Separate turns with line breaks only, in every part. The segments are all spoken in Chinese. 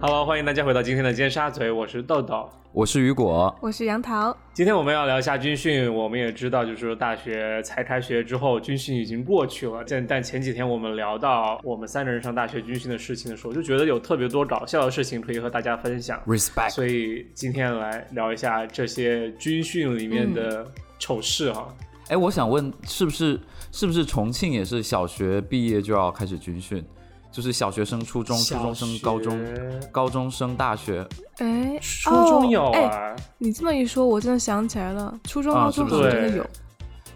Hello，欢迎大家回到今天的尖沙咀，我是豆豆。
我是雨果，
我是杨桃，
今天我们要聊一下军训，我们也知道，就是说大学才开学之后，军训已经过去了。但但前几天我们聊到我们三个人上大学军训的事情的时候，就觉得有特别多搞笑的事情可以和大家分享，
respect，
所以今天来聊一下这些军训里面
嗯
的丑事哈。
哎，我想问，是不是是不是重庆也是小学毕业就要开始军训？就是小学生、初中、初
小
中生、
学
高中、高中生、大学，
哎，
初中有
哦哎
啊，
你这么一说，我真的想起来了，初中、
啊
高中
是
好
不
是
像真的有，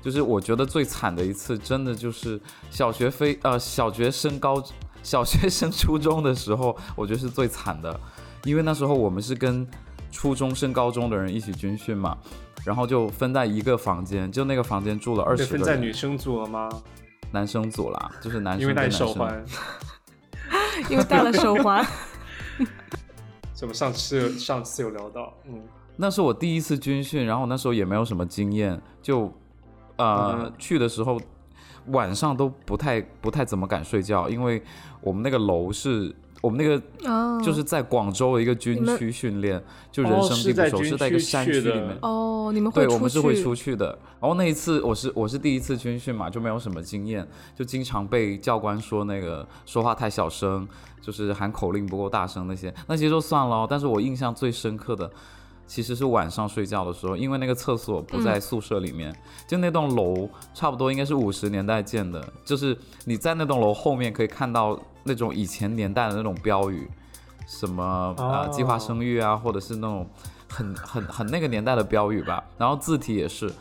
就是我觉得最惨的一次，真的就是小学非呃小学升高小学升初中的时候，我觉得是最惨的，因为那时候我们是跟初中升高中的人一起军训嘛，然后就分在一个房间，就那个房间住了二
对，
十
分
个
在
人，
女生组了吗？
男生组啦，就是男
因
生
为
跟
戴
男
手
生。
环，
因为戴了手 环。
怎么上次上次有聊到，嗯，
那是我第一次军训，然后那时候也没有什么经验，就呃、
嗯
去的时候晚上都不太不太怎么敢睡觉，因为我们那个楼是我们那个
哦，
就是在广州的一个军
你们
区训练，就
哦
人生地
是
不
在
熟，
军
是在一个
区
山
去
区里
的
面。
哦，你们
对，
会出去？
我们是会出去的。然后那一次，我是我是第一次军训嘛，就没有什么经验，就经常被教官说那个说话太小声，就是喊口令不够大声那些，那些就算了哦。但是我印象最深刻的，其实是晚上睡觉的时候，因为那个厕所
嗯
不在宿舍里面，就那栋楼差不多应该是五十年代建的，就是你在那栋楼后面可以看到那种以前年代的那种标语，什么啊、呃计划
哦
生育啊，或者是那种很很很那个年代的标语吧，然后字体也是。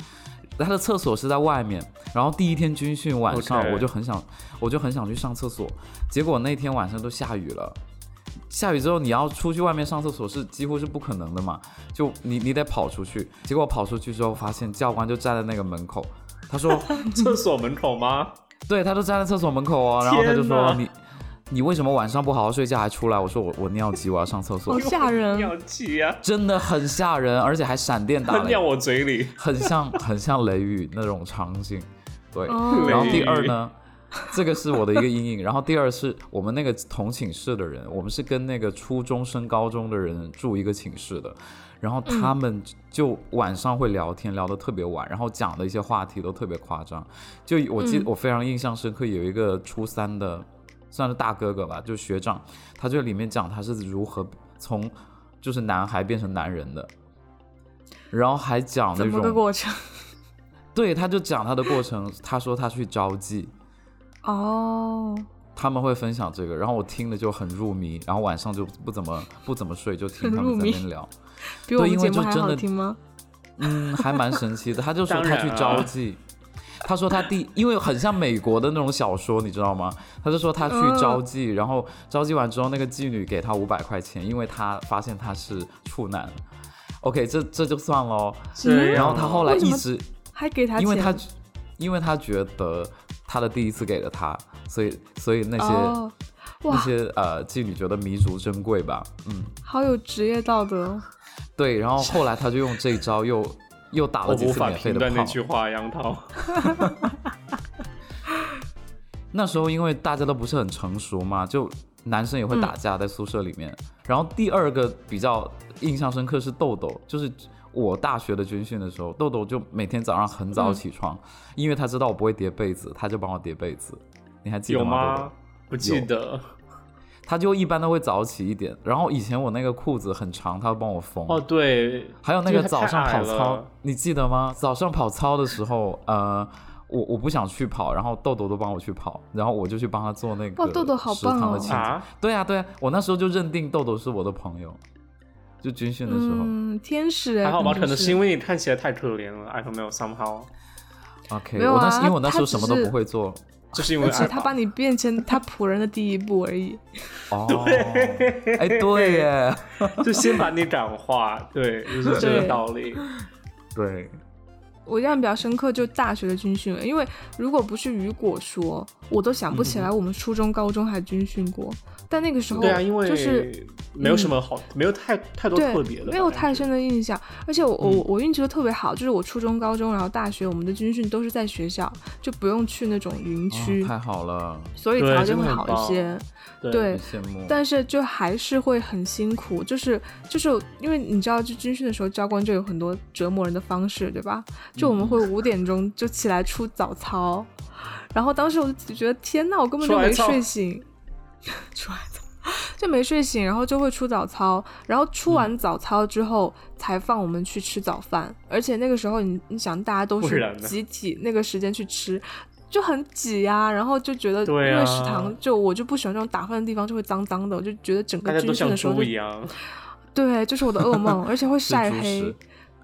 他的厕所是在外面，然后第一天军训晚上
OK
我就很想我就很想去上厕所，结果那天晚上都下雨了，下雨之后你要出去外面上厕所是几乎是不可能的嘛，就你你得跑出去。结果跑出去之后，发现教官就站在那个门口，他说
厕所门口吗？
对，他就站在厕所门口哦，然后他就
天哪
说你你为什么晚上不好好睡觉还出来？我说我我尿急，我要上厕所
好，吓人，
尿气呀、
真的很吓人，而且还闪电打
他
雷
尿，我嘴里，
很像很像雷雨那种场景。对，
哦
然后
雷
第
雨
二呢， 这个是我的一个阴影。然后第二是我们那个同寝室的人，我们是跟那个初中升高中的人住一个寝室的，然后他们就晚上会聊天，聊得特别晚，然后讲的一些话题都特别夸张。就我记得
嗯
我非常印象深刻，有一个初三的，算是大哥哥吧，就学长，他就里面讲他是如何从就是男孩变成男人的。然后还讲那
怎
种
么个过程？
对，他就讲他的过程，他说他去招妓，
哦，
他们会分享这个，然后我听了就很入迷，然后晚上就不怎么不怎么睡，就听
很
他们
入
在那
迷
边聊，
比我
对
们
因为
节目
就
还
真
好
的
听吗？
嗯，还蛮神奇 的。他就说
当
他去
然
招
啊
妓，他说他第，因为很像美国的那种小说，你知道吗？他就说他去招
哦
妓，然后招妓完之后，那个妓女给他五百块钱，因为他发现他是处男。OK，这这就算喽。
这
然
样
后他后来
嗯啊为什
一
么
直。
还给他钱？
因为他因为他觉得他的第一次给了他，所以所以那些、
哦，
那
哇，
些呃妓女觉得弥足珍贵吧，嗯，
好有职业道德哦。
对。然后后来他就用这一招又又打
我
了几
无
次
法
免费
评
的
断那
炮。
句话，杨涛。
那时候因为大家都不是很成熟嘛，就男生也
嗯
会打架在宿舍里面。然后第二个比较印象深刻是豆豆，就是我大学的军训的时候，豆豆就每天早上很早
嗯
起床，因为他知道我不会叠被子，他就帮我叠被子。你还记得
有
吗？豆豆
吗？不记得。
他就一般都会早起一点。然后以前我那个裤子很长，他会帮我缝。
哦，对，
还有那个早上跑
这个太矮
操
了，
你记得吗？早上跑操的时候，呃，我我不想去跑，然后豆豆都帮我去跑，然后我就去帮他做那个
哇豆豆好
食堂
棒
的
哦
清洁
啊，
对啊，对啊，我那时候就认定豆豆是我的朋友，就军训的时候。
嗯，天使哎，
还好吧，
真
可
的
能是因为你看起来太可怜了。I don't know
哦
somehow，
OK，
没有啊
我那时因为我那时候
他只
什
是
么都不会做。
就是因啊为
那只是
矮
他
吧
把你变成他仆人的第一步而已。
哦，哎，对 耶，
就先把你感化，对，就是这个道理。
对，
我印象比较深刻就大学的军训了，因为如果不是雨果说，我都想不起来我们初中、高中还军训过。但那个时候，
嗯对啊，因为
就是嗯
没有什么好，没有太太多
对
特别的，
没有太深的印象。而且我我、
嗯
我运气都特别好，就是我初中、高中，然后大学，我们的军训都是在学校，就不用去那种云区，
哦太好了，
所以
对
条件
真的
会
很
好
棒
一些。
对
很
对，
羡
嗯
慕。
但是就还是会很辛苦，就是就是因为你知道，就军训的时候，教官就有很多折磨人的方式，对吧？就
嗯
我们会五点钟就起来出早操，然后当时我就觉得天呐，我根本就
出来
没
操
睡醒，出来操 就没睡醒，然后就会出早操，然后出完早操之后才放我们去吃早饭，而且那个时候你你想大家都
不
是
然呢
集体那个时间去吃，就很挤呀、然后就觉得因
对
为
啊
食堂就我就不喜欢这种打饭的地方就会脏脏的，我就觉得整
大
个
家都
军训
像
的时候
猪
就
一样，
对，这是我的噩 梦，而且会
是
晒
猪
黑
食，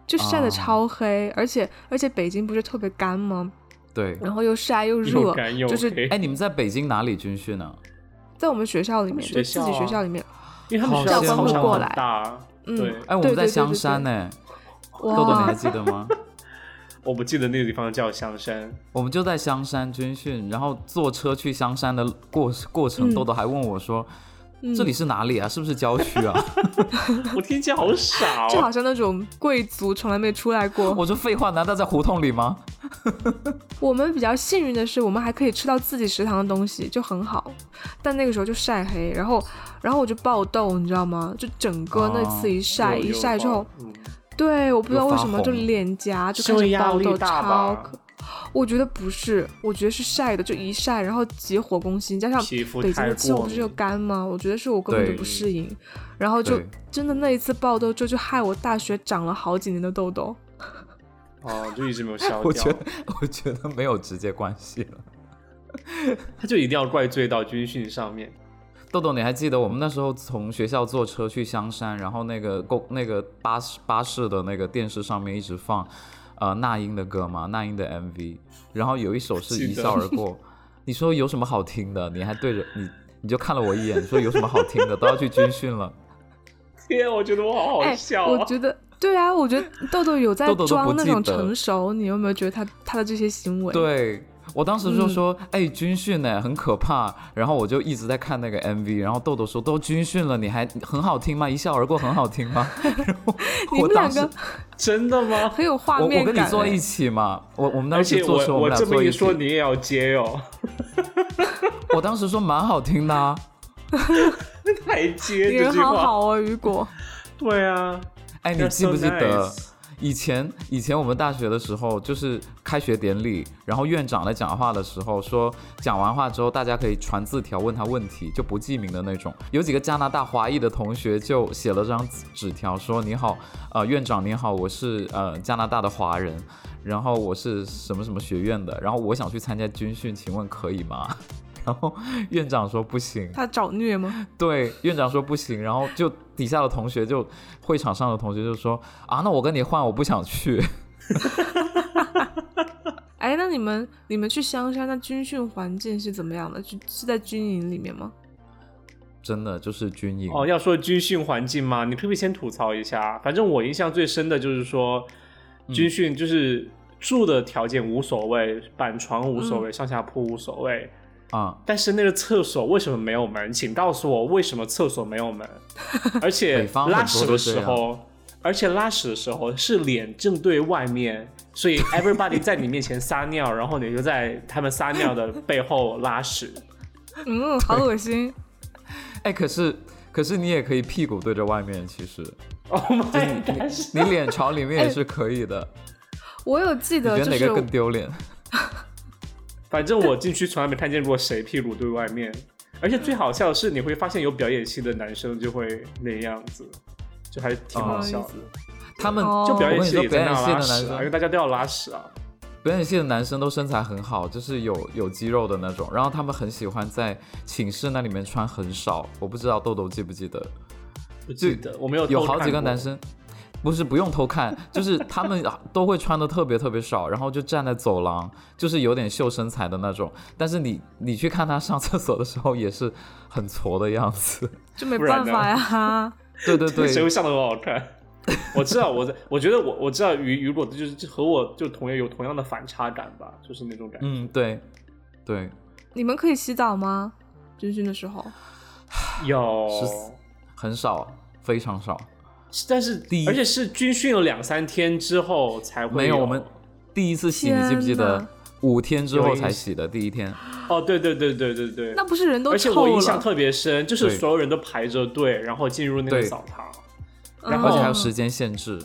就晒
啊
得超黑，而且而且北京不是特别干吗？
对，
然后又晒又
又
热，
干又
就是
黑，
哎，你们在北京哪里军训啊呢？
在我们学校里面，
学
就自己
校
学
啊
校里面，
因为他们
好
学校
羡慕
操场
过
很
来
大，
嗯
对，
哎，我们在
对对对
香
对
山
对
呢，豆豆你还
哇，
记得吗？
我不记得那个地方叫香山，
我们就在香山军训，然后坐车去香山的过过程，
嗯
豆豆还问我说：“
嗯
这里是哪里啊？是不是郊区啊
我听起来好傻
就
哦。
好像那种贵族从来没出来？”过。
我说：“废话，难道在胡同里吗
我们比较幸运的是，我们还可以吃到自己食堂的东西，就很好。但那个时候就晒黑，然后然后我就爆痘，你知道吗？就整个那
哦
次一晒、
有
一晒之，
有
后
吧，嗯
对，我不知道
又
为
发
什么，就
红
脸颊就是
因
开
为
始
压
爆
力
痘，
大
超
吧
可。我觉得不是，我觉得是晒的，就一晒，然后急火攻心，加上
皮肤
北京
太
的气候
过
不是又
敏，
干吗？我觉得是我根本就
对
不适应，然后就
嗯
对
真的那一次爆痘，就就害我大学长了好几年的痘痘。
哦，就一直没 有消
我觉
掉
得。？” 我觉得没有直接关系了。
他就一定要怪罪到军训上面。
豆豆，你还记得我们那时候从学校坐车去香山，然后那个公那个巴士巴士的那个电视上面一直放，呃，那英的歌嘛，那英的 MV，然后有一首是
记得
一笑而 过，你说有什么好听的？你还对着你你就看了我一眼，你说有什么好听的？都要去军训了，
天，啊我觉得我好好
哎
笑、，啊
我觉得对啊，我觉得豆豆有在
豆豆都不
装那
记
种
得
成熟，你有没有觉得他他的这些行为？
对。我当时就说，
嗯
哎、军训呢很可怕，然后我就一直在看那个 MV，然后豆豆说都军训了，你还很好听吗？一笑而过很好听吗？然后
你
我
们
当
两
时
个
真的吗？
很有 画
我
面
我
感
跟你
哎。
坐一起嘛，我我们当
而
时
且
坐车，
我
们俩
这么
坐
一
一
说，
起。
你也要接哦，
我当时说蛮好听的啊，
太接这
你人
句话。
好好哦，雨果。
对啊，
哎，你
You're
记不
so
记得
nice
以前以前我们大学的时候，就是开学典礼，然后院长来讲话的时候说，讲完话之后大家可以传字条问他问题，就不记名的那种。有几个加拿大华裔的同学就写了张纸纸条说：“你好，呃，院长你好，我是呃加拿大的华人，然后我是什么什么学院的，然后我想去参加军训，请问可以吗？”然后院长说不行，
他找虐吗？
对，院长说不行，然后就底下的同学就会场上的同学就说啊，那我跟你换，我不想去。
哎，那你们你们去香山，那军训环境是怎么样的？就是在军营里面吗？
真的就是军营，
哦，要说军训环境嘛，你可不可以先吐槽一下？反正我印象最深的就是说，
嗯
军训就是住的条件无所谓，板床无
嗯
所谓，上下铺无所谓，
啊，
但是那个厕所为什么没有门？请告诉我为什么厕所没有 门？而且
北方很多
拉屎的时
都
候，而且拉屎的时候是脸正对外面，所以 everybody 在你面前撒尿，然后你就在他们撒尿的背后拉屎。
嗯，好恶心。
哎，可是可是你也可以屁股对着外面，其实
Oh my god！
你脸朝里 面也是可以的。
我有记
你
得，
觉得
哎就
哪
是
个更丢脸？
反正我进去从来没看见过谁屁股对外面，而且最好笑的是，你会发现有表演系的男生就会那样子，就还挺好笑的。
他们
哦
就表
我
演
跟你
系
说，
也
表
在那
演系的
拉
男
屎啊，因为
生，
大家都要拉屎啊。
表演系的男生都身材很好，就是有有肌肉的那种。然后他们很喜欢在寝室那里面穿很少，我不知道豆豆记不记得。
不记得，我没有
有
偷看
好几个
过
男，生，不是不用偷看，就是他们啊都会穿的特别特别少，然后就站在走廊，就是有点秀身材的那种。但是你你去看他上厕所的时候，也是很矬的样子。
就没
不然
办
呢
法呀。
对对
谁
对
会，上的好好看？ 我知道，我在我觉得我我知道雨雨果就是就和我就同样有同样的反差感吧，就是那种感觉。
嗯对对，
你们可以洗澡吗？军训的时候，
有
十四很少，非常少。
但是
第一
而且是军训了两三天之后才会
没
有
有，我们第一次洗，你记不记
天
得
哪？
五天之
有
后
印
才
象
洗的第一天，
哦，对对对对对对，
那不是人都
而且我
臭
印象
了，
特别深，就是
对
所有人都排着队，然后进入那个
对
澡堂，
嗯
然后
而且还有时间限制。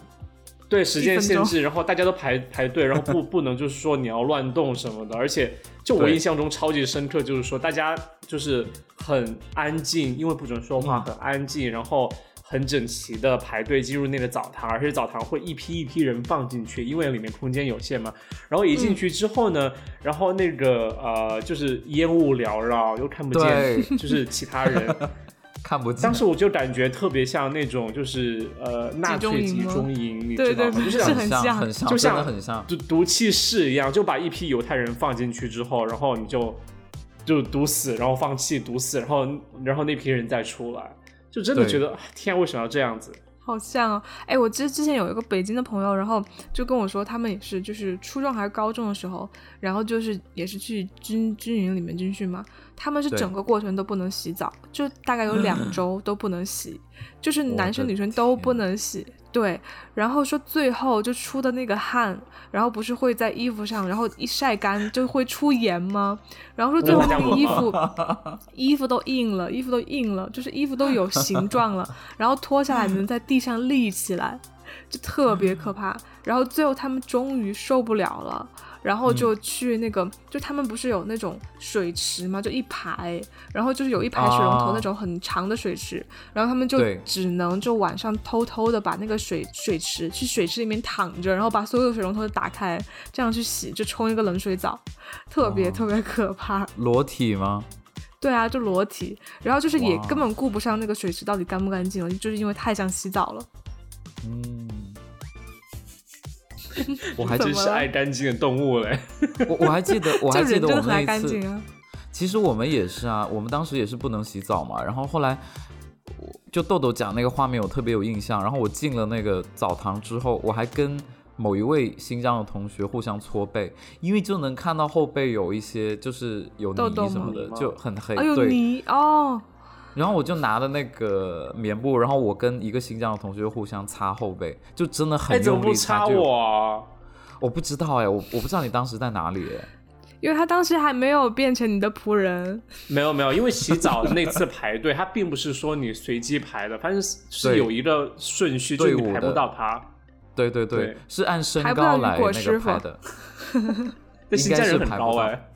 对时间限
一分
制，然后大家都排排队，然后 不不能就是说你要乱动什么的，而且就我
对
印象中超级深刻，就是说大家就是很安静，因为不准说话，
嗯
很安静，然后很整齐的排队进入那个澡堂，而且澡堂会一批一批人放进去，因为里面空间有限嘛。然后一
嗯
进去之后呢，然后那个呃就是烟雾缭绕，又看不见，
对
就是其他 人。
看不见
当，时我就感觉特别像那种就是呃纳粹集
集中
中营，你知
对
道
对
吗？
对，
就是像
很
像很像，
就
真的
像
很像。
毒毒气室一样，就把一批犹太人放进去之后，然后你就就毒死，然后放气毒死，然后然后那批人再出来，就真的
对
觉得啊天啊，为什么要这样子？
好像哦，哎，我之之前有一个北京的朋友，然后就跟我说，他们也是，就是初中还是高中的时候，然后就是也是去军军营里面军训嘛，他们是
对
整个过程都不能洗澡，就大概有两周都不能洗，就是
我
男
的
生女生都不
天
能洗，对，然后说最后就出的那个汗，然后不是会在衣服上，然后一晒干就会出盐吗？然后说最后那个衣服衣服都硬了，衣服都硬了，就是衣服都有形状了，然后脱下来能在地上立起来，就特别可怕。然后最后他们终于受不了了。然后就去那个，就他们不是有那种水池嘛，就一排，然后就是有一排水龙头
啊
那种很长的水池，然后他们就
对
只能就晚上偷偷的把那个水水池去水池里面躺着，然后把所有的水龙头都打开，这样去洗，就冲一个冷水澡，特别
哇
特别可怕。
裸体吗？
对啊，就裸体，然后就是也
哇
根本顾不上那个水池到底干不干净了，就是因为太想洗澡了。
嗯，
我还真是爱干净的动物嘞。
我我还记得，我
就
还
人
记得
真
我
的
们
很
那
爱
一
干
次，
净啊，
其实我们也是啊，我们当时也是不能洗澡嘛。然后后来，我就豆豆讲那个画面，我特别有印象。然后我进了那个澡堂之后，我还跟某一位新疆的同学互相搓背，因为就能看到后背有一些就是有
痘痘
泥什么的，
吗
就很黑。
哎呦
对，
泥哦，
然后我就拿了那个棉布，然后我跟一个新疆的同学互相擦后背，就真的
哎，
很
怎么
用
不
力
插
就有
我啊？
我不知道哎、我我不知道你当时在哪里哎、
因为他当时还没有变成你的仆人，
没有没有，因为洗澡那次排队，它并不是说你随机排的，反正是是
对
有一个顺序，就是
队
你
伍
排不
的
到它。
对对对，
对
是按身
还不到
高
雨
来
果
那
师
个
傅
排的。
那新疆人很高
应该是排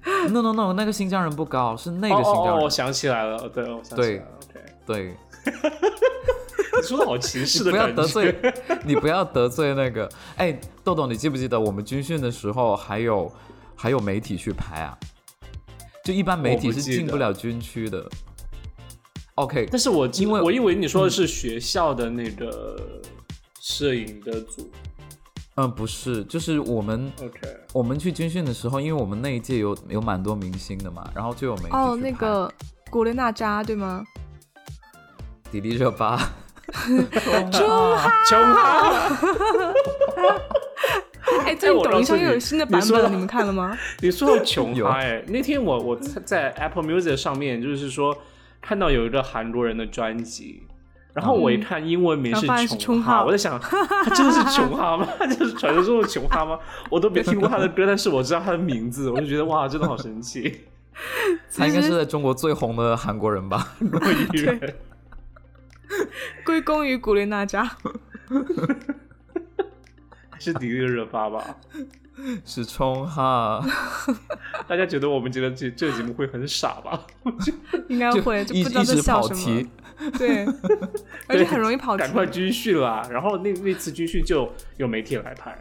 哎，
no no no，那个新疆人不高，是那
哦
个新
哦
疆
哦，
人。
我想起来了，对，我想起
对
来了，OK。
对，
你说的 好歧视
你
的
不要
感
得
觉
罪。， 你不要得罪那个。哎，豆豆，你记不记得我们军训的时候还有还有媒体去排啊？就一般媒体
我不
是
记得
进不了军区的。OK，
但是我
因为嗯
我以为你说的是学校的那个摄影的组。
嗯，不是，就是我们
OK，
我们去军训的时候，因为我们那一届有有蛮多明星的嘛，然后就有媒体去
哦，那
拍
个古力娜扎 对吗？
迪丽热巴，
穷啊哈！
哎，最近
我
抖音
告诉
上又
你
有新的
你
版
说
本
到
了，你们看 了吗？
你说到穷
有
哈哎，那天我我在 Apple Music 上面就是说看到有一个韩国人的专辑。然
嗯
后我一看英文名
然后发现是
是穷啊
穷哈
我在想， 他真的是穷哈吗？ 他就是传说中的穷哈吗？我都没听过他的歌，但是我知道他的名 字，我就觉得哇，真的好神奇。
她应该是在中国最红的韩国人吧？
我以 为
归功于古力娜扎。
是迪丽热巴吧？
是冲哈，
大家觉得我们觉得这这个节目会很傻吧？
应该会，就
一
不知道
一
在
直
笑
跑
什么
题。，
对，而且很容易跑题
赶。快军训啦！然后那那次军训就有媒体来拍，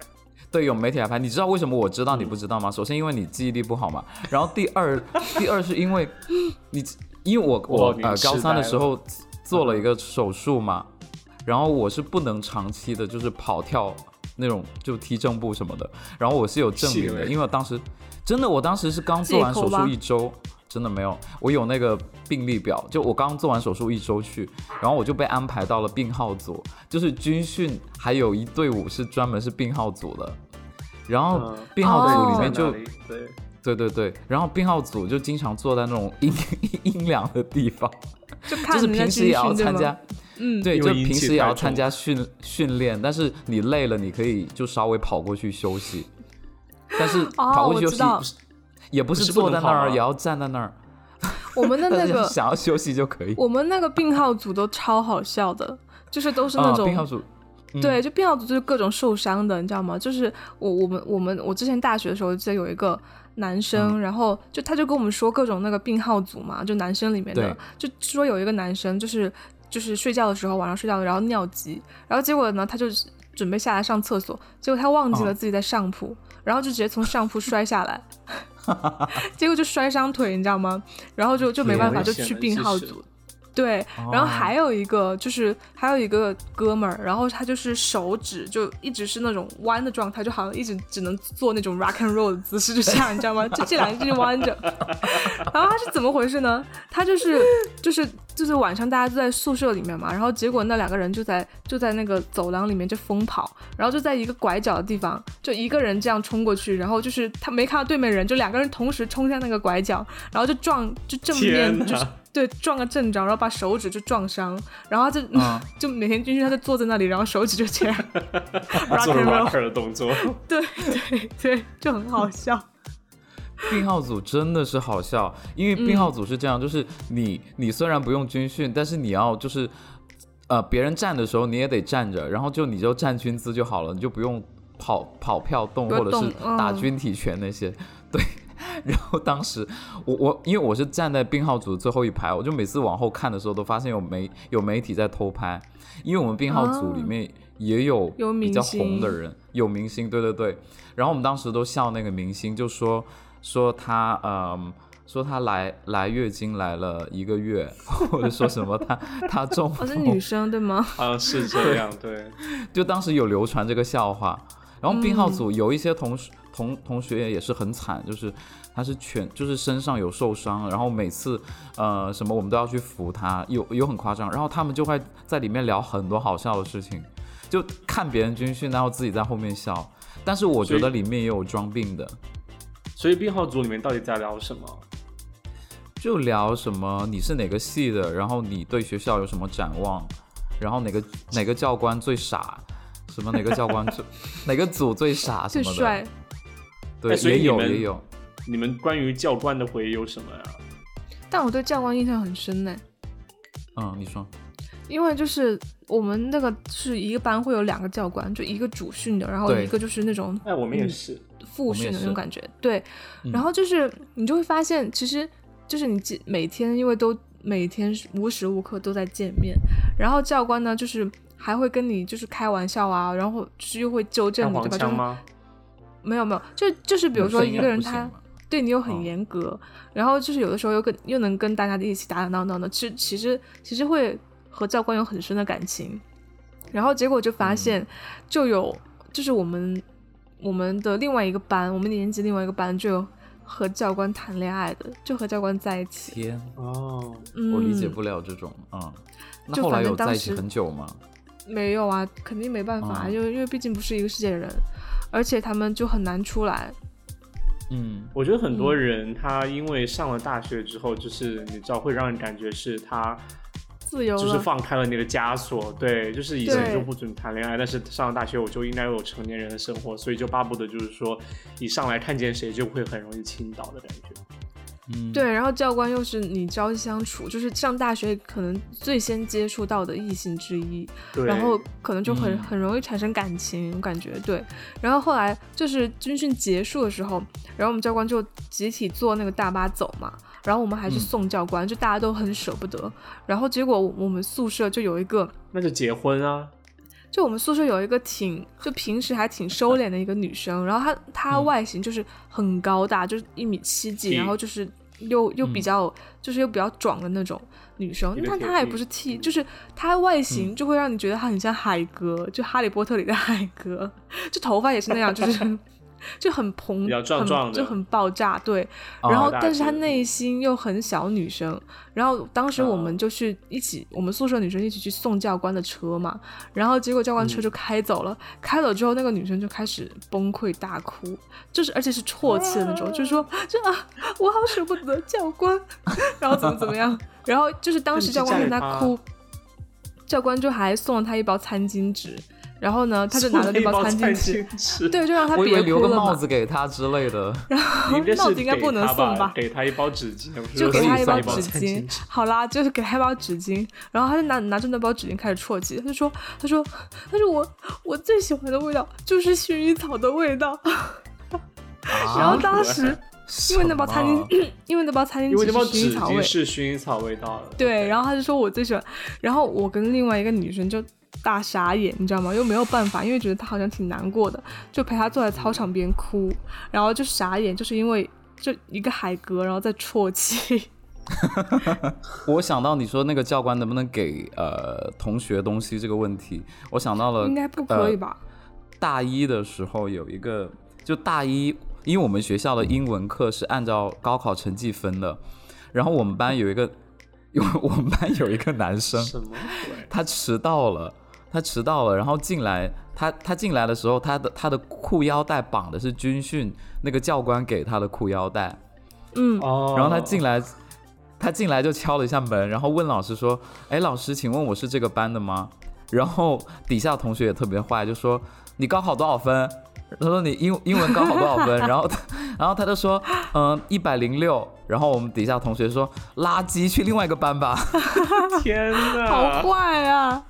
对，有媒体来拍。你知道为什么我知道你不知道吗？
嗯
首先因为你记忆力不好嘛，然后第二，第二是因为你，因为我我
哇你
呃
痴
高三
呆
的时候做
嗯
了一个手术嘛，然后我是不能长期的，就是跑跳那种就踢正步什么的，然后我是有证明
气
的，
味
因为我当时真的我当时是刚做完手
借口
术
吧
一周。真的没有，我有那个病历表，就我刚做完手术一周去，然后我就被安排到了病号组，就是军训还有一队伍是专门是病号组的，然后
嗯
病号组
哦
里面就、
在哪里对，
对对对，然后病号组就经常坐在那种阴阴凉的地方，
就
就
看
是
人家
平时
军
也要
训对
参加
吗？，嗯，
对，
因
就
为
平
引起
时也要
太重
参加训训练，但是你累了，你可以就稍微跑过去休息。但是跑过
哦我
去休
知
息
道
不是也不
不
是
是不
坐
能
在那
跑吗啊
儿，也要站在那儿。
我们的那
但是
个
想要休息就可以。
我们那个病号组都超好笑的，就是都是那
啊，
种、
病号组嗯
对，就病号组就是各种受伤的，你知道吗？就是我我们我们我之前大学的时候记得有一个男生，
嗯
然后就他就跟我们说各种那个病号组嘛，就男生里面的，就说有一个男生就是就是睡觉的时候晚上睡觉然后尿急，然后结果呢他就准备下来上厕所，结果他忘记了
嗯
自己在上铺，然后就直接从上铺摔 下来。结果就摔伤腿，你知道吗？然后就就没
天
办
啊
法，就
危险
去
的
病
其
号
实
组。对，
哦
然后还有一个就是还有一个哥们儿，然后他就是手指就一直是那种弯的状态，就好像一直只能做那种 rock and roll 的姿势，就这样，你知道吗？就这两只弯着。 然后他是怎么回事呢？他就是就是就是晚上大家都在宿舍里面嘛，然后结果那两个人就在就在那个走廊里面就疯跑，然后就在一个拐角的地方，就一个人这样冲过去，然后就是他没看到对面人，就两个人同时冲向那个拐角，然后就撞就正
天
面
哪
就是。对，撞个正着，然后把手指就撞伤，然后他就、
嗯
就每天军训，他就坐在那里，然后手指就这样 rock
做
and
了
roll，
rocker 的动作，
对对 对，就很好笑。
病号组真的是好笑，因
嗯
为病号组是这样，就是你你虽然不用军训，但是你要就是，呃，别人站的时候你也得站着，然后就你就站军姿就好了，你就不用跑跑跳动
不要
或者是
动嗯
打军体拳那些， 对。然后当时我我因为我是站在病号组的最后一排，我就每次往后看的时候都发现有媒有媒体在偷拍，因为我们病号组里
哦
面也有
有
比较
明
红的
星
人，有明星，对对对。然后我们当时都笑那个明星，就说说他嗯。说他来来月经来了一个月， 或者说什么他他中
我、是
风
哦女，生对吗？
好像是这样，对，
就当时有流传这个笑话。然后病号组有一些同学、同同学也是很惨，就是他是全就是身上有受伤，然后每次呃什么我们都要去扶他，有有很夸张。然后他们就会在里面聊很多好笑的事情，就看别人军训，然后自己在后面笑。但是我觉
所
得里面也有装病的，
所以病号组里面到底在聊什么？
就聊什么你是哪个系的，然后你对学校有什么展望，然后哪个哪个教官最傻，什么哪个教官 最哪个组最傻什
最
么的，
帅，
对，
哎所以
也有
你们
也有。
你们关于教官的回忆有什么呀？
但我对教官印象很深呢，
嗯，你说，
因为就是我们那个是一个班会有两个教官，就一个主训的，然后
对
一个就是那种
哎，我们也是，
复训的
我
那
们也是
种感觉。对，
嗯
然后就是你就会发现，其实就是你记每天因为都每天无时无刻都在见面，然后教官呢就是还会跟你就是开玩笑啊，然后就是又会纠
弹
正你，
簧
对吧？就
枪
是
吗？
没有没有，就就是比如说一个
啊
人他。对你又
哦
很严格，然后就是有的时候又跟又能跟大家一起打打闹闹的，其实其实其实会和教官有很深的感情，然后结果
嗯
就发现就有、就是我们我们的另外一个班，我们年级另外一个班就有和教官谈恋爱的，就和教官在一起，
天，
哦，
嗯，
我理解不了这种，嗯。那
就
后来
反正
有在
当
一起
时
很久吗？
没有啊，肯定没办法，
哦
因为因为毕竟不是一个世界人，而且他们就很难出来，
嗯，
我觉得很多人他因为上了大学之后，就是你知道会让人感觉是他
自由了，
就是放开了你的枷锁，对，就是以前
对
就不准谈恋爱，但是上了大学我就应该有成年人的生活，所以就巴不得就是说一上来看见谁就会很容易倾倒的感觉。
嗯，
对，然后教官又是你朝夕相处，就是上大学可能最先接触到的异性之一，
对，
然后可能就很、
嗯
很容易产生感情，我感觉对。然后后来就是军训结束的时候，然后我们教官就集体坐那个大巴走嘛，然后我们还去
嗯
送教官，就大家都很舍不得。然后结果我们宿舍就有一个。
那就结婚啊，
就我们宿舍有一个挺，就平时还挺收敛的一个女生，然后她她
嗯
外形就是很高大，就是一米七几，
T
然后就是又又
嗯
比较、就是又比较壮的那种女生
一个，
但
铁
她也
屁
不是 T，就是她外
嗯
形就会让你觉得她很像海哥，就哈利波特里的海哥，就头发也是那样，就是 就很蓬，
比较壮
很
壮的
就很爆炸，对。
哦
然后，
大
但是她
只
内心又很小女生，然后当时我
哦
们就去一起，我们宿舍女生一起去送教官的车嘛，然后结果教官车就开走了，开走之后那个女生就开始崩溃大哭，就是而且 是啜泣的那种，就是说就啊我好舍不得教官，然后怎么怎么样，然后就是当时教官
那你去
看他哭，教官就还送了他一包餐巾纸，然后呢，他就拿着那
一包
餐巾纸，
巾纸，
对，就让他
我以为
别
留
哭
个
了
帽
嘛。
子给他之类 的。
你这
帽
是
子应该
给
不能
他
送吧
给他一包纸巾，我说
就给
可以
他
送
包
一包
纸
餐
巾，好啦，就是给他一包纸巾，然后他就拿拿着那包纸巾开始啜泣，他就说，他说，他说我我最喜欢的味道就是薰衣草的味道，
啊
然后 当时因为那包餐
啊什么
巾， 因为那包餐巾
因为
纸
那
是
包
薰衣
纸
草
巾
味，
是薰衣草味道的。
对，然后他就说我最喜欢，然后我跟另外一个女生就大傻眼，你知道吗？又没有办法，因为觉得她好像挺难过的，就陪她坐在操场边哭，然后就傻眼，就是因为就一个海格，然后在啜泣。
我想到你说那个教官能不能给呃同学东西这个问题，我想到了
应该不可以吧？
呃大一的时候有一个，就大一，因为我们学校的英文课是按照高考成绩分的，然后我们班有一个， 有我们班有一个男生，
什么 鬼？
他迟到了，他迟到了，然后进来，他他进来的时候，他的他的裤腰带绑的是军训那个教官给他的裤腰带，
嗯，
哦，
然后他进来，他进来就敲了一下门，然后问老师说：“哎，老师，请问我是这个班的吗？”然后底下同学也特别坏，就说：“你高考多少分？”他说：“你英英文高考多少分？” 然后他，然后他就说：“嗯、1一百零六。”然后我们底下同学说：“垃圾，去另外一个班吧。”
天哪，
好坏啊！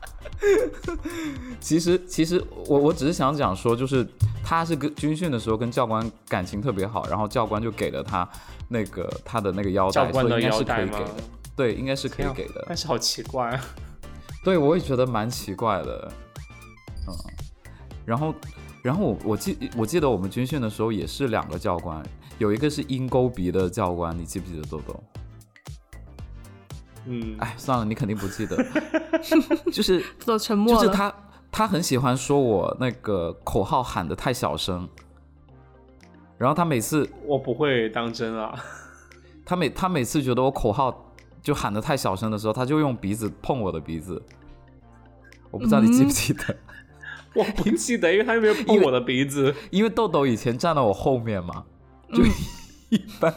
其实，其实我我只是想讲说，就是他是跟军训的时候跟教官感情特别好，然后教官就给了他那个他的那个腰
教
带，
官
所以
的
应该
腰
是可
带
以
吗
给？的。对，应该是可以
天啊
给的
但。是好奇怪啊，
对，我也觉得蛮奇怪的。嗯，然后，然后我我记我记得我们军训的时候也是两个教官，有一个是鹰钩鼻的教官，你记不记得豆豆？
嗯，
哎，算了，你肯定不记得， 就是
都沉默
就
了。
是他他很喜欢说我那个口号喊的太小声，然后他每次
我不会当真啊。
他每他每次觉得我口号就喊的太小声的时候，他就用鼻子碰我的鼻子，我不知道你记不记得。
我不记得，因为他又没有碰我的鼻子。
因为豆豆以前站到我后面嘛，
嗯
就 一般。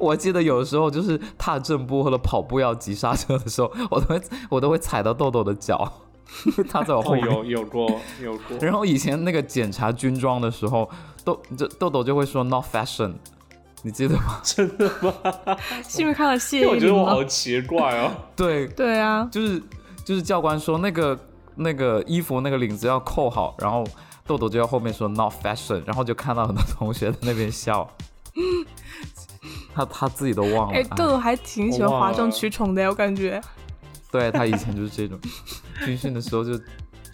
我记得有时候就是踏正步或者跑步要急刹车的时候，我都会我都会踩到豆豆的脚，因为他在我后
哦，
面。
有有过有过，
然后以前那个检查军装的时候，豆这豆豆就会说 “not fashion”，你记得吗？
真的吗？
是因为看了谢
因为我
依
觉得
霖
我
吗
好？奇怪哦。
对，
对啊，
就是就是教官说那个那个衣服那个领子要扣好，然后豆豆就在后面说 not fashion，然后就看到很多同学在那边笑， 他他自己都忘了。
哎，豆
哎
豆还挺喜欢
哦我忘
哗众
了
取宠的，我感觉。
对他以前就是这种，军训的时候就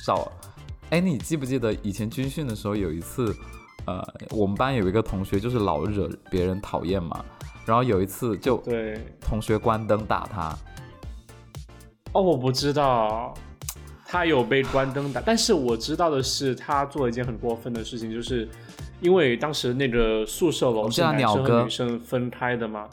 找。哎，你记不记得以前军训的时候有一次，呃，我们班有一个同学就是老惹别人讨厌嘛，然后有一次就
对，
同学关灯打他，
哦，我不知道，他有被关灯打，但是我知道的是，他做了一件很过分的事情，就是因为当时那个宿舍楼
我
是
知道
男
鸟
生
哥
和女生分开的嘛。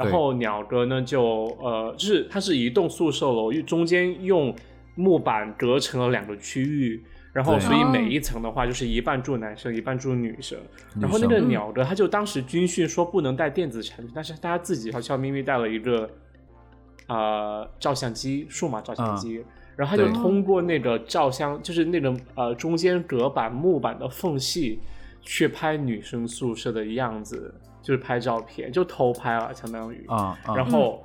然
对
后鸟哥呢，就呃，就是它是一栋宿舍楼，中间用木板隔成了两个区域，然后
对
所以
哦
每一层的话，就是一半住男生，一半住女生。
女
然后那个
生
鸟哥，他就当时军训说不能带电子产品，但是他自己悄悄咪咪带了一个呃照相机，数码照相机。然后他就
嗯对
通过那个照相，就是那个呃中间隔板木板的缝隙，去拍女生宿舍的样子，就是拍照片，就偷拍了，相当于。
啊啊，
然后，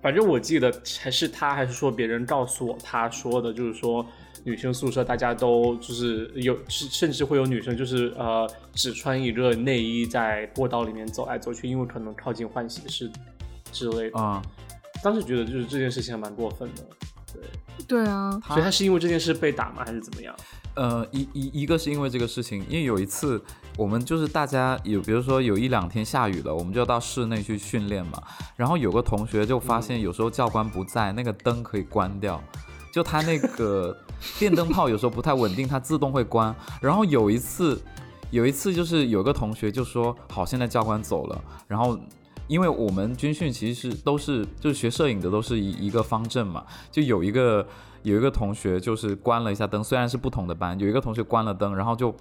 反正我记得还是他还是说别人告诉我他说的，就是说女生宿舍大家都就是有，甚甚至会有女生就是呃只穿一个内衣在过道里面走来走去，因为可能靠近换洗室之类的。
啊，
当时觉得就是这件事情还蛮过分的。
对啊，
所以他是因为这件事被打吗，还是怎么样？
呃，一一一个是因为这个事情，因为有一次我们就是大家有，比如说有一两天下雨了，我们就要到室内去训练嘛。然后有个同学就发现，有时候教官不在，那个灯可以关掉，就他那个 电灯泡有时候不太稳定，它自动会关。然后有一次，有一次就是有个同学就说，好，现在教官走了，然后。因为我们军训其实是都是就是学摄影的都是一一个方阵嘛，就有一个有一个同学就是关了一下灯，虽然是不同的班，有一个同学关了灯，然后就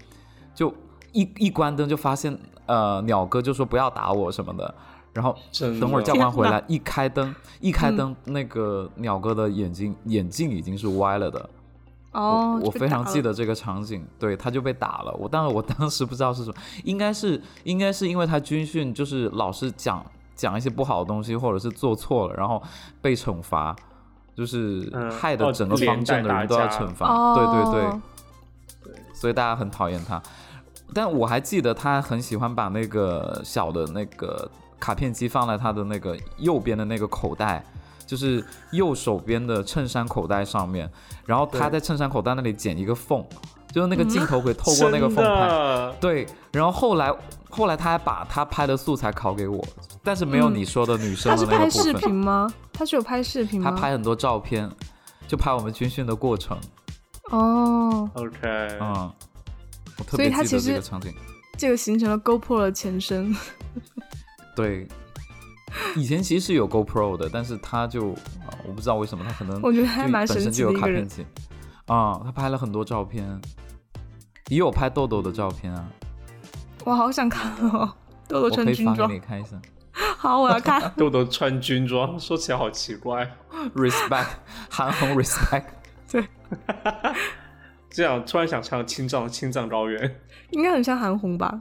就一一关灯就发现呃鸟哥就说不要打我什么的，然后
真的
等会儿教官回
天
来，一开灯，一开灯，那个鸟哥的眼睛眼镜已经是歪了的。
哦，
我我
就被
非
打
常记
了
得这个场景，对，他就被打了。我当然我当时不知道是什么，应该是应该是因为他军训就是老是讲讲一些不好的东西，或者是做错了，然后被惩罚，就是
嗯
害得
哦
整个方阵的人都要惩罚。
哦，
对对对，所以大家很讨厌他。但我还记得他很喜欢把那个小的那个卡片机放在他的那个右边的那个口袋，就是右手边的衬衫口袋上面，然后他
对
在衬衫口袋那里剪一个缝，就是那个镜头可以透
真
过那个缝
嗯
拍。
的
对，然后后来后来他还把他拍的素材拷给我，但是没有
嗯
你说的女生
他
的
是
那个
拍
部
视
分，
频吗？他是有拍视频
他
吗？
拍很多照片，就拍我们军训的过程。
哦，
，OK，。
嗯，我特
所以
别
他
记得
其
这个
实
场景。
这个形成了 GoPro 的前身。
对，以前其实是有 GoPro 的，但是他就啊我不知道为什么他可能
我觉得还
就本
蛮神
身
奇
就
的
有卡
一个
片
人
机啊、他拍了很多照片，也有拍豆豆的照片啊，
我好想看哦，豆豆
我
穿
可以
军
发给
装
你，看一下。
好， 我要看
豆豆穿军装，说起来好奇怪。
Respect，韩 红 Respect，
这样突然想唱《青藏青藏高原》，
应该很像韩红吧？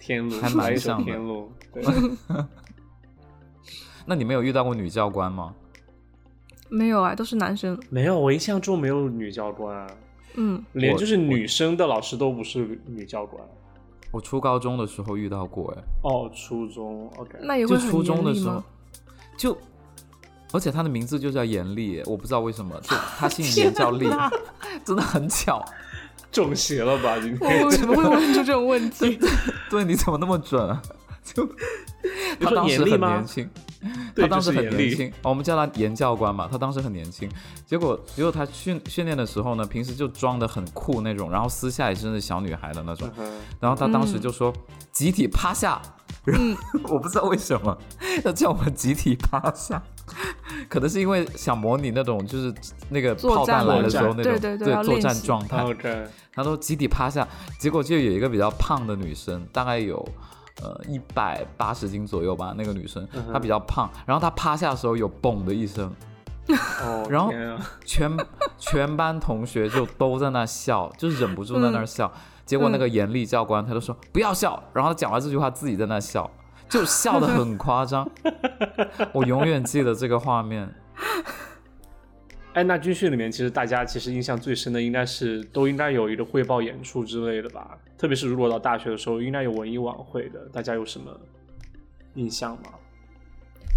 天路
还蛮
来一首
像的
天路， 对
那你们有遇到过女教官吗？
没有啊，都是男生。
没有，我印象中没有女教官啊，
嗯，
连
我
就是女生的老师都不是女教官。啊
我初高中的时候遇到过，哎，
哦，初中，OK，
那也
就
会很
初中
严
的
厉
时候
吗？，
就，而且他的名字就叫严厉，哎我不知道为什么，就他姓严叫厉，真的很巧。
中邪了吧？今
我
天
为什么会问出这种问 题？
对，你怎么那么准啊？就
你
他
说
当时
严厉
很
吗
年？轻，
对
他当
就
时
是
很
严
年
厉
轻、哦我们叫他严教官嘛。他当时很年轻，结果结果他训训练的时候呢，平时就装的很酷那种，然后私下也是小女孩的那种。
嗯
然后他当时就说、集体趴下，然
嗯
后 我不知道为什么要叫我们集体趴下，可能是因为想模拟那种就是那个
作
炮弹
战
来的时候
作
那
战
种
对对对要
作
练
战
习
状态。
，OK，
他都集体趴下，结果就有一个比较胖的女生，大概有呃一百八十斤左右吧，那个女生
嗯哼
她比较胖，然后她趴下的时候有嘣的一声，
哦，
然后
天啊
全 全班同学就都在那笑，就忍不住在那儿笑。
嗯
结果那个严厉教官他就说不要笑，然后他讲完这句话自己在那笑，就笑得很 夸张。我永远记得这个画面。
哎，那军训里面，其实大家其实印象最深的应该是都应该有一个汇报演出之类的吧？特别是如果到大学的时候，应该有文艺晚会的，大家有什么印象吗？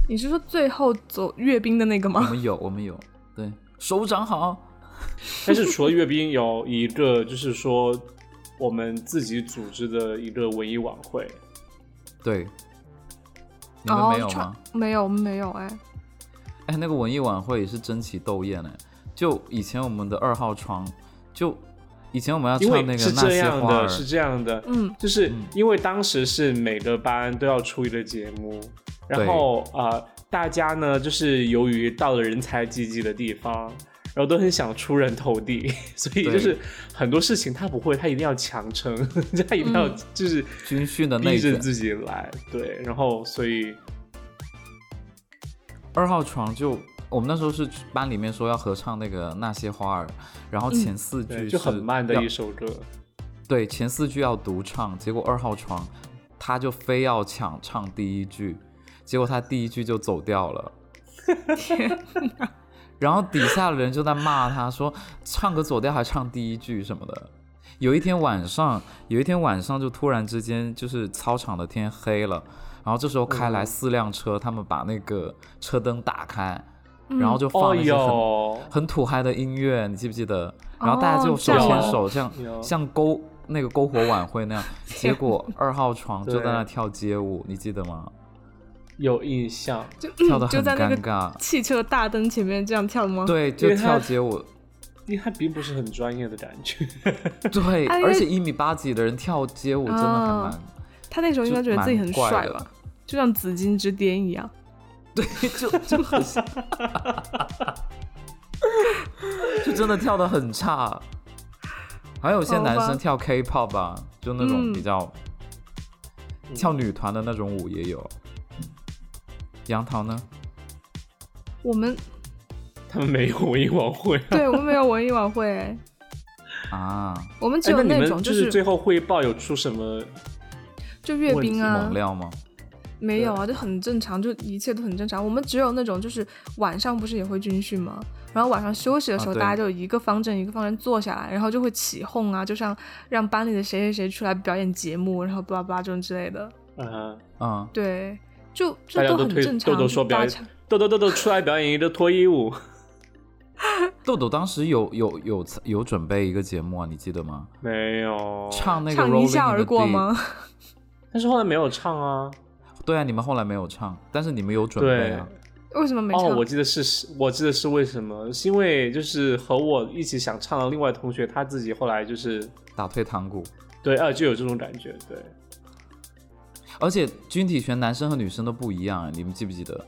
你是说最后走阅兵的那个
我
吗？
们有，我们有，对，手掌好。
但是除了阅兵，有一个就是说我们自己组织的一个文艺晚会，
对，嗯你们
哦，
没有
穿
吗？
没有，我们没有哎。
哎，那个文艺晚会也是争奇斗艳哎，就以前我们的二号床，就以前我们要
因
唱
为
那个
是
那
这
些
样
花
的，
儿，
是这样的，
嗯，
就是因为当时是每个班都要出一个节目，然后呃，大家呢就是由于到了人才济济的地方，然后都很想出人头地， 所以
对
就是很多事情他不会，他一定要强 撑，他一定要就是
军训的内
逼着
卷。
自己来，对，然后所以
二号床就我们那时候是班里面说要合唱那个那些花儿，然后前四句
对
是
就很慢的
要
一首歌，
对，前四句要独唱，结果二号床他就非要抢唱第一句，结果他第一句就走掉了。 然后底下的人就在骂他说，唱歌走调还唱第一句什么的。有一天晚上，有一天晚上就突然之间就是操场的天黑了，然后这时候开来
嗯
四辆车，他们把那个车灯打开，
嗯
然后就
哦
放那些很
哟，
很土嗨的音乐，你记不记得？然后大家就
哦
手
这
牵
样
手，像
有
像篝那个篝火晚会那样。 结果二号床就在那
对
跳街舞，你记得吗？
有印象，
就
跳得
嗯就
很
在那
尴
个
尬。
汽车大灯前面这样跳吗？
对，
因
就
为他
跳街舞，
因为他并不是很专业的感觉，
对，
啊他因
而
为
且一米八几的人跳街舞真的还
哦
蛮，
他那时候应该觉
就
得自己很
蛮怪
帅
的
吧，就像紫禁之巅一样。
对，就就很，就真的跳得很差。还有些
好
男
吧
生跳 K-pop 吧，就那种
哦嗯
比较跳女团的那种舞也有。杨桃呢？
我们
他们没有文艺晚会、啊。
对我们没有文艺晚会，
啊，
我们只
哎，
有
那你
种
们
就
就是最后汇报有出什么？
就阅兵啊
猛，料吗？
没有啊，就很正常，就一切都很正常。我们只有那种就是晚上不是也会军训吗？然后晚上休息的时候，
啊对
大家就一个方阵一个方阵坐下来，然后就会起哄啊，就像让班里的谁谁谁出来表演节目，然后巴拉巴拉这种之类的。
啊，
嗯，
对，就
大
这
家都
很
推
正常。
豆豆说
就大
表演
家，
豆豆豆豆出来表演一个脱衣舞，
豆豆当时有有有有准备一个节目啊，你记得吗？
没有
唱那个
唱一
Rolling
笑
in
而
the
过
Deep
吗？？
但是后来没有唱啊。
对啊，你们后来没有唱，但是你们有准备
对
啊。，
为什么没唱？
哦，我记得是是，我记得是为什么？是因为就是和我一起想唱的另外同学，他自己后来就是
打退堂鼓。
对，啊，就有这种感觉，对。
而且军体拳男生和女生都不一样，啊你们记不记得？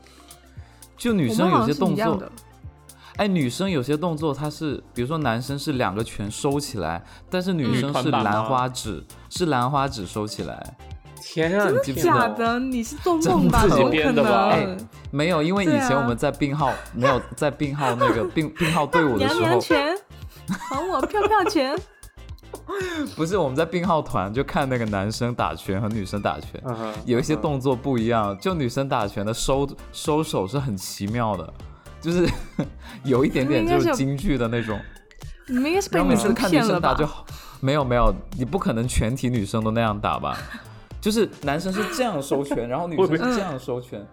就
我
女
们
生有
好像
些
是一
动
样
作
的，，
哎，女生有些动作它是，比如说男生是两个拳收起来，但是女
嗯
生
团
是
板吗
兰花指，是兰花指收起来。
天啊，你记不记得
假的，你是做
真
梦吧？
自
怎
己
么可
编的吧
哎
能？，
没有，因为以
对啊
前我们在病号、没有在病号那 个病病号队伍的
娘
时
娘
候，
拳，还我票票拳。
不是我们在病号团就看那个男生打拳和女生打拳，
嗯哼，
有一些动作不一样，就女生打拳的收收手是很奇妙的，就是 有一点点
应该
就是是京剧的那种。
你们应该是被
然后每
女
次
生
看女
骗了
生打
吧？
就好，没有没有，你不可能全体女生都那样打吧？ 就是男生是这样收拳，然后女生是这样收拳，
嗯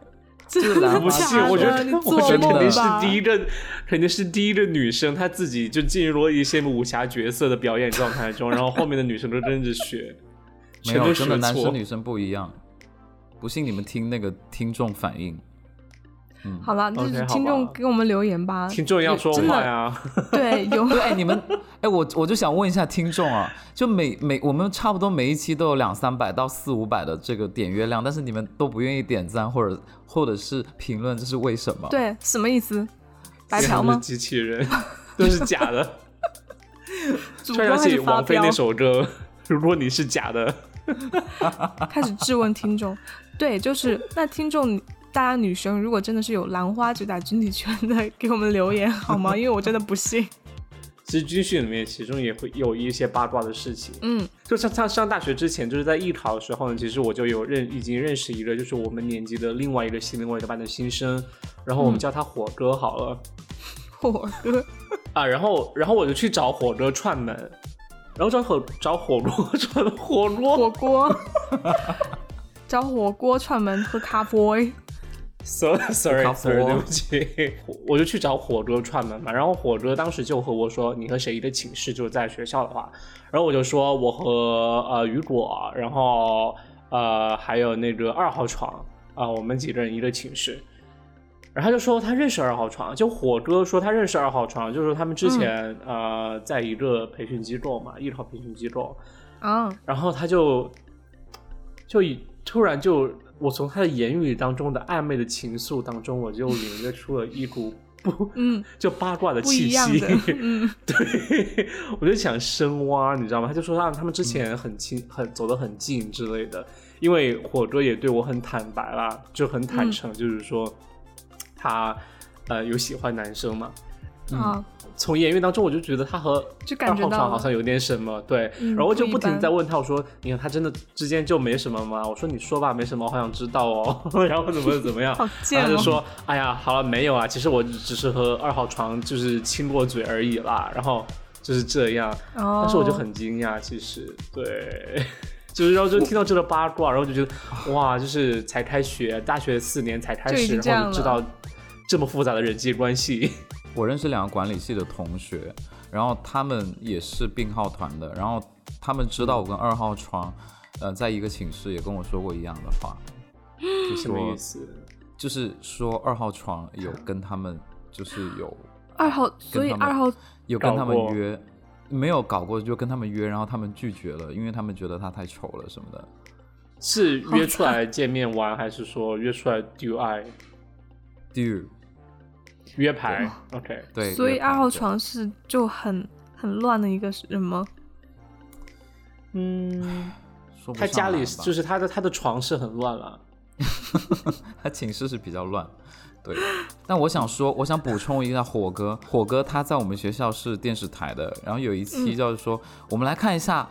真的
兰
我
花
不信，我觉
假的啊你
得，我觉得肯
做
定
梦
是
吧？
第一个，肯定是第一个女生，她自己就进入了一些武侠角色的表演状态中，然后后面的女生都跟着学，
没
全都
有真
学
的男
错
生。女生不一样。不信你们听那个听众反 应，
好了，就是
OK，好吧
听众给我们留言吧。
听众要说
真
话
的
呀，
对，有
对，哎，你们，哎，我我就想问一下听众啊，就每每我们差不多每一期都有两三百到四五百的这个点阅量，但是你们都不愿意点赞或者或者是评论，这是为什么？，
对什么意思？白
因为他
嫖
们
吗
是？机器人都是假的。
主
突然
播
想
开
起
始发
王菲
飙
那，首歌，如果你是假的，
开始质问听众。 对，就是那听众，大家女生如果真的是有兰花指打军体拳的，给我们留言好吗？因为我真的不信。
其实军训里面其中也会有一些八卦的事情。
嗯，
就像上上大学之前，就是在艺考的时候呢，其实我就有认已经认识一个，就是我们年级的另外一个新另外一个班的新生，然后我们叫他火哥好了、
我哥，
啊，然后然后我就去找火哥串门，然后找火找火 锅串火锅
火 锅，找火锅串门喝咖啡。
，sorry sorry
卡佛
sorry，对不起，我就去找火哥串门嘛，然后火哥当时就和我说你和谁一个寝室，就是在学校的话，然后我就说我和呃雨果，然后呃还有那个二号床啊、我们几个人一个寝室。然后他就说他认识二号床，就火哥说他认识二号床，就是他们之前、呃在一个培训机构嘛，艺考培训机构，
啊，
然后他就就以突然就我从他的言语当中的暧昧的情愫当中，我就领略出了一股不
嗯，
就八卦的
不
气
一样
息
的， 嗯，
对，我就想深挖，你知道吗？他就说啊让他们之前很亲、很走得很近之类的，因为火哥也对我很坦白啦，就很
嗯
坦诚，就是说他呃有喜欢男生嘛。
嗯
啊，
从言语当中，我就觉得他和
就感
二
觉
号
到
床好
了
像有点什么，对，
嗯
然后我就
不一
不停地
般
在问他，我说：“你看他真的之间就没什么吗？”我说：“你说吧，没什么，我好想知道哦。” 然后怎么怎么样，
好
然
贱
后他就
哦。
说：“哎呀，好了，没有啊，其实我只是和二号床就是亲过嘴而已啦。”然后就是这样，
哦
但是我就很惊讶，其实对， 就是然后就听到这个八卦，然后就觉得哇，就是才开学，大学四年才开
就已
始，
经这
然后
样
就知
了
道这么复杂的人际关系，
我认识两个管理系的同学，然后他们也是病号团的，然后他们知道我跟二号床，呃，在一个寝室也跟我说过一样的话，就
什么
说
意思？
就是说二号床有跟他们就是 有
二号，所以
跟他们
二号
有跟他
搞过
们约，没有搞过就跟他们约，然后他们拒绝了，因为他们觉得他太丑了什么的。
是约出来见面玩，还是说约出来 do I
第二，
约牌？OK，
对，
所以
约炮
二号
对
床是就很很乱的一个人吗？
嗯，
说不
他
上
家里
来吧
就是他的他的床是很乱了，
他寝室是比较乱。对，但我想说，我想补充一下火哥，火哥他在我们学校是电视台的，然后有一期叫做说，我们来看一下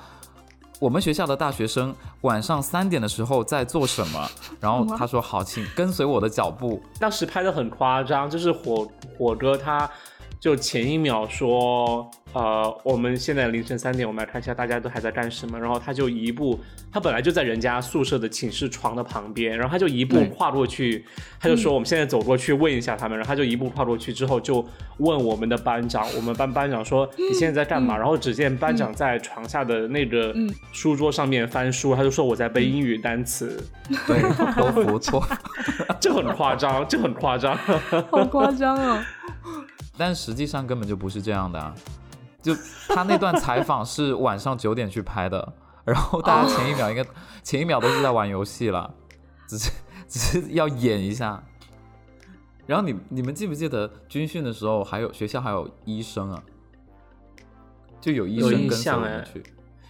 我们学校的大学生晚上三点的时候在做什么。然后他说好，请跟随我的脚步。
当时拍的很夸张，就是火火哥他就前一秒说，呃，我们现在凌晨三点，我们来看一下大家都还在干什么。然后他就一步，他本来就在人家宿舍的寝室床的旁边，然后他就一步
对
跨过去，他就说我们现在走过去问一下他们。然后他就一步跨过去之后，就问我们的班长，我们班班长说你现在在干嘛？然后只见班长在床下的那个
嗯
书桌上面翻书，他就说我在背英语单词，
对，多福多。
这很夸张，这很夸张。
好夸 张哦！
但实际上根本就不是这样的、啊，就他那段采访是晚上九点去拍的，然后大家前一秒应该 前一秒都是在玩游戏了，只是只是要演一下。然后你你们记不记得军训的时候还有学校还有医生啊？就有医
有
生
印
跟随
象
我
哎
们去。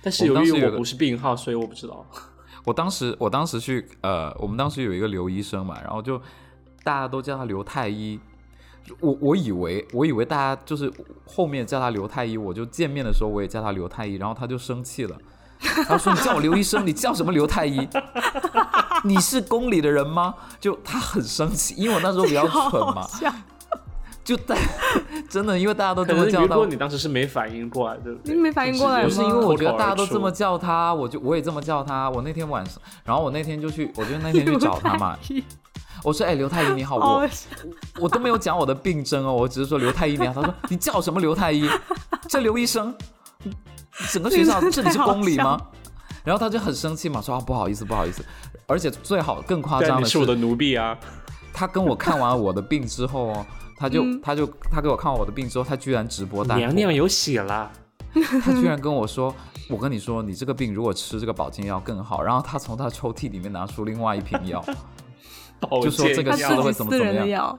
但是
我
由
当时
于
有
我
个
不是病号，所以我不知 道。
我当时我当时去呃，我们当时有一个刘医生嘛，然后就大家都叫他刘太医。我我以为我以为大家就是后面叫他刘太医，我就见面的时候我也叫他刘太医，然后他就生气了，然后说你叫我刘医生，你叫什么刘太医？你是宫里的人吗？就他很生气，因为我那时候比较
好
蠢嘛，
笑
就大真的因为大家都
可
这
能
么
如
叫到
果
我
你当时是没反应过来，对不
你
对？
没反应过来吗？。
不是因为我觉得大家都这
口头
么
而出
叫他，我就我也这么叫他。我那天晚上，然后我那天就去，我就那天去找他嘛
刘
我说：“哎，刘太医你好，
太医好
我
笑
我都没有讲我的病症哦，我只是说刘太 医你好。”他说：“你叫什么刘太医？这刘医生，整个 学校
你
这
真的
里是
太好
公里
笑
吗？”然后他就很生气嘛，说：“啊，不好意思，不好意思。”而且最好更夸
对啊，
张
你
的
是我的奴婢啊！
他跟我看完我的病之后哦，他就、
嗯
他就他给我看完我的病之后，他居然直播带货
娘娘有喜了，
他居然跟我说：“我跟你说，你这个病如果吃这个保健药更好。”然后他从他抽屉里面拿出另外一瓶药，
保
就哦说
健
这个
他
笑
药
了
自
会
己
怎么
私
怎
人
么
的
样
药，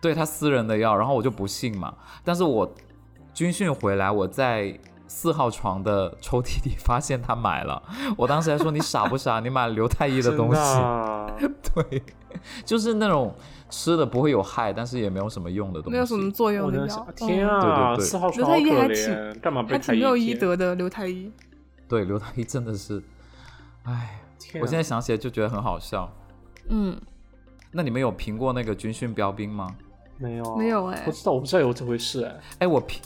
对他私人的药，然后我就不信嘛。但是我军训回来，我在四号床的抽屉里发现他买了，我当时还说：“你傻不傻？你买了刘太医的东 西
真啊
对， 就是那种吃的不会有害，但是也没有什么用的东西。
没有什么作用
我
的
真是
药。
天
嗯，
啊！
对对对
四号床
刘
好
太
可
医还
怜，干嘛
还
被太
挺
医
没有医
贴？
德的刘太医。
对，刘太医真的是，哎，
天啊
我现在想起来就觉得很好笑。
嗯，
那你们有评过那个军训标兵吗？
没
哦
有
没有哎
不知道我不知道有这回事哎。
哎，我评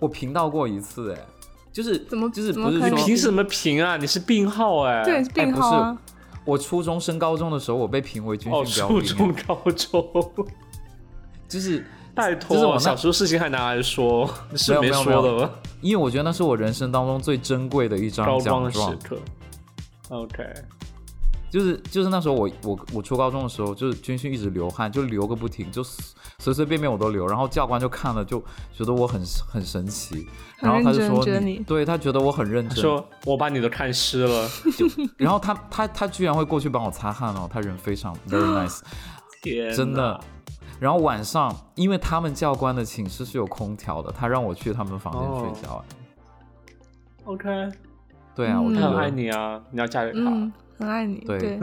我评到过一次，哎，就是
怎么
就是
怎么
不是
可
说
以
凭什么评啊？你是病号哎！
对，，病
不
号
是哎
啊，
我初中升高中的时候，我被评为军
哦，
训标
初
兵，哎
中、高中，
就是
拜
就是
托，
我那
小时候事情还拿来说，你是
没有没有
说
没
的
有
吗？
因为我觉得那是我人生当中最珍贵的一张
高光
奖
的时
状，
刻。OK，
就是就是那时候我我我初高中的时候，就是军训一直流汗，就流个不停，就随随随便便我都流。然后教官就看了，就觉得我很很神奇，
很
然后他就
认真
说
觉得你
对他觉得我很认真，
说我把你都看湿 了，
然后他他他居然会过去帮我擦汗哦，他人 非常 very nice，
天哪，
真的。然后晚上，因为他们教官的寝室是有空调的，他让我去他们房间
哦
睡觉。哎
OK。
对啊，我
嗯
就
他
觉
很爱
得。
你啊，你要嫁给他。
嗯，很爱你，
对
对，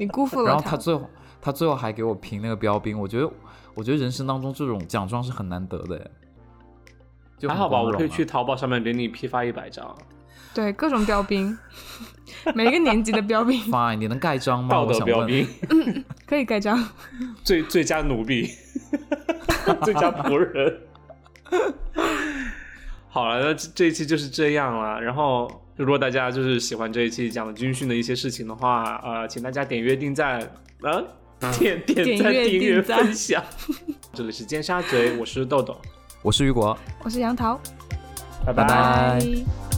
你辜负
然
了
后他最后他最后还给我评那个标兵，我觉得我觉得人生当中这种奖状是很难得的，哎就
还
很
好吧，
光
我
荣
可以
啊
去淘宝上面给你批发一百张，
对各种标兵， 每个年级的标兵
Fine，你能盖章吗？
道
我
德
想
标
问，
兵，
可以盖章。
最最佳奴婢， 最佳仆人。 好了，那这这一期就是这样了。然后，如果大家就是喜欢这一期讲的军训的一些事情的话，呃，请大家点约订赞啊，点点
嗯点
赞、
阅
订阅、
订赞
分 享。这里是尖沙咀，我是豆豆，
我是雨果。
我是杨桃，
拜
拜拜
拜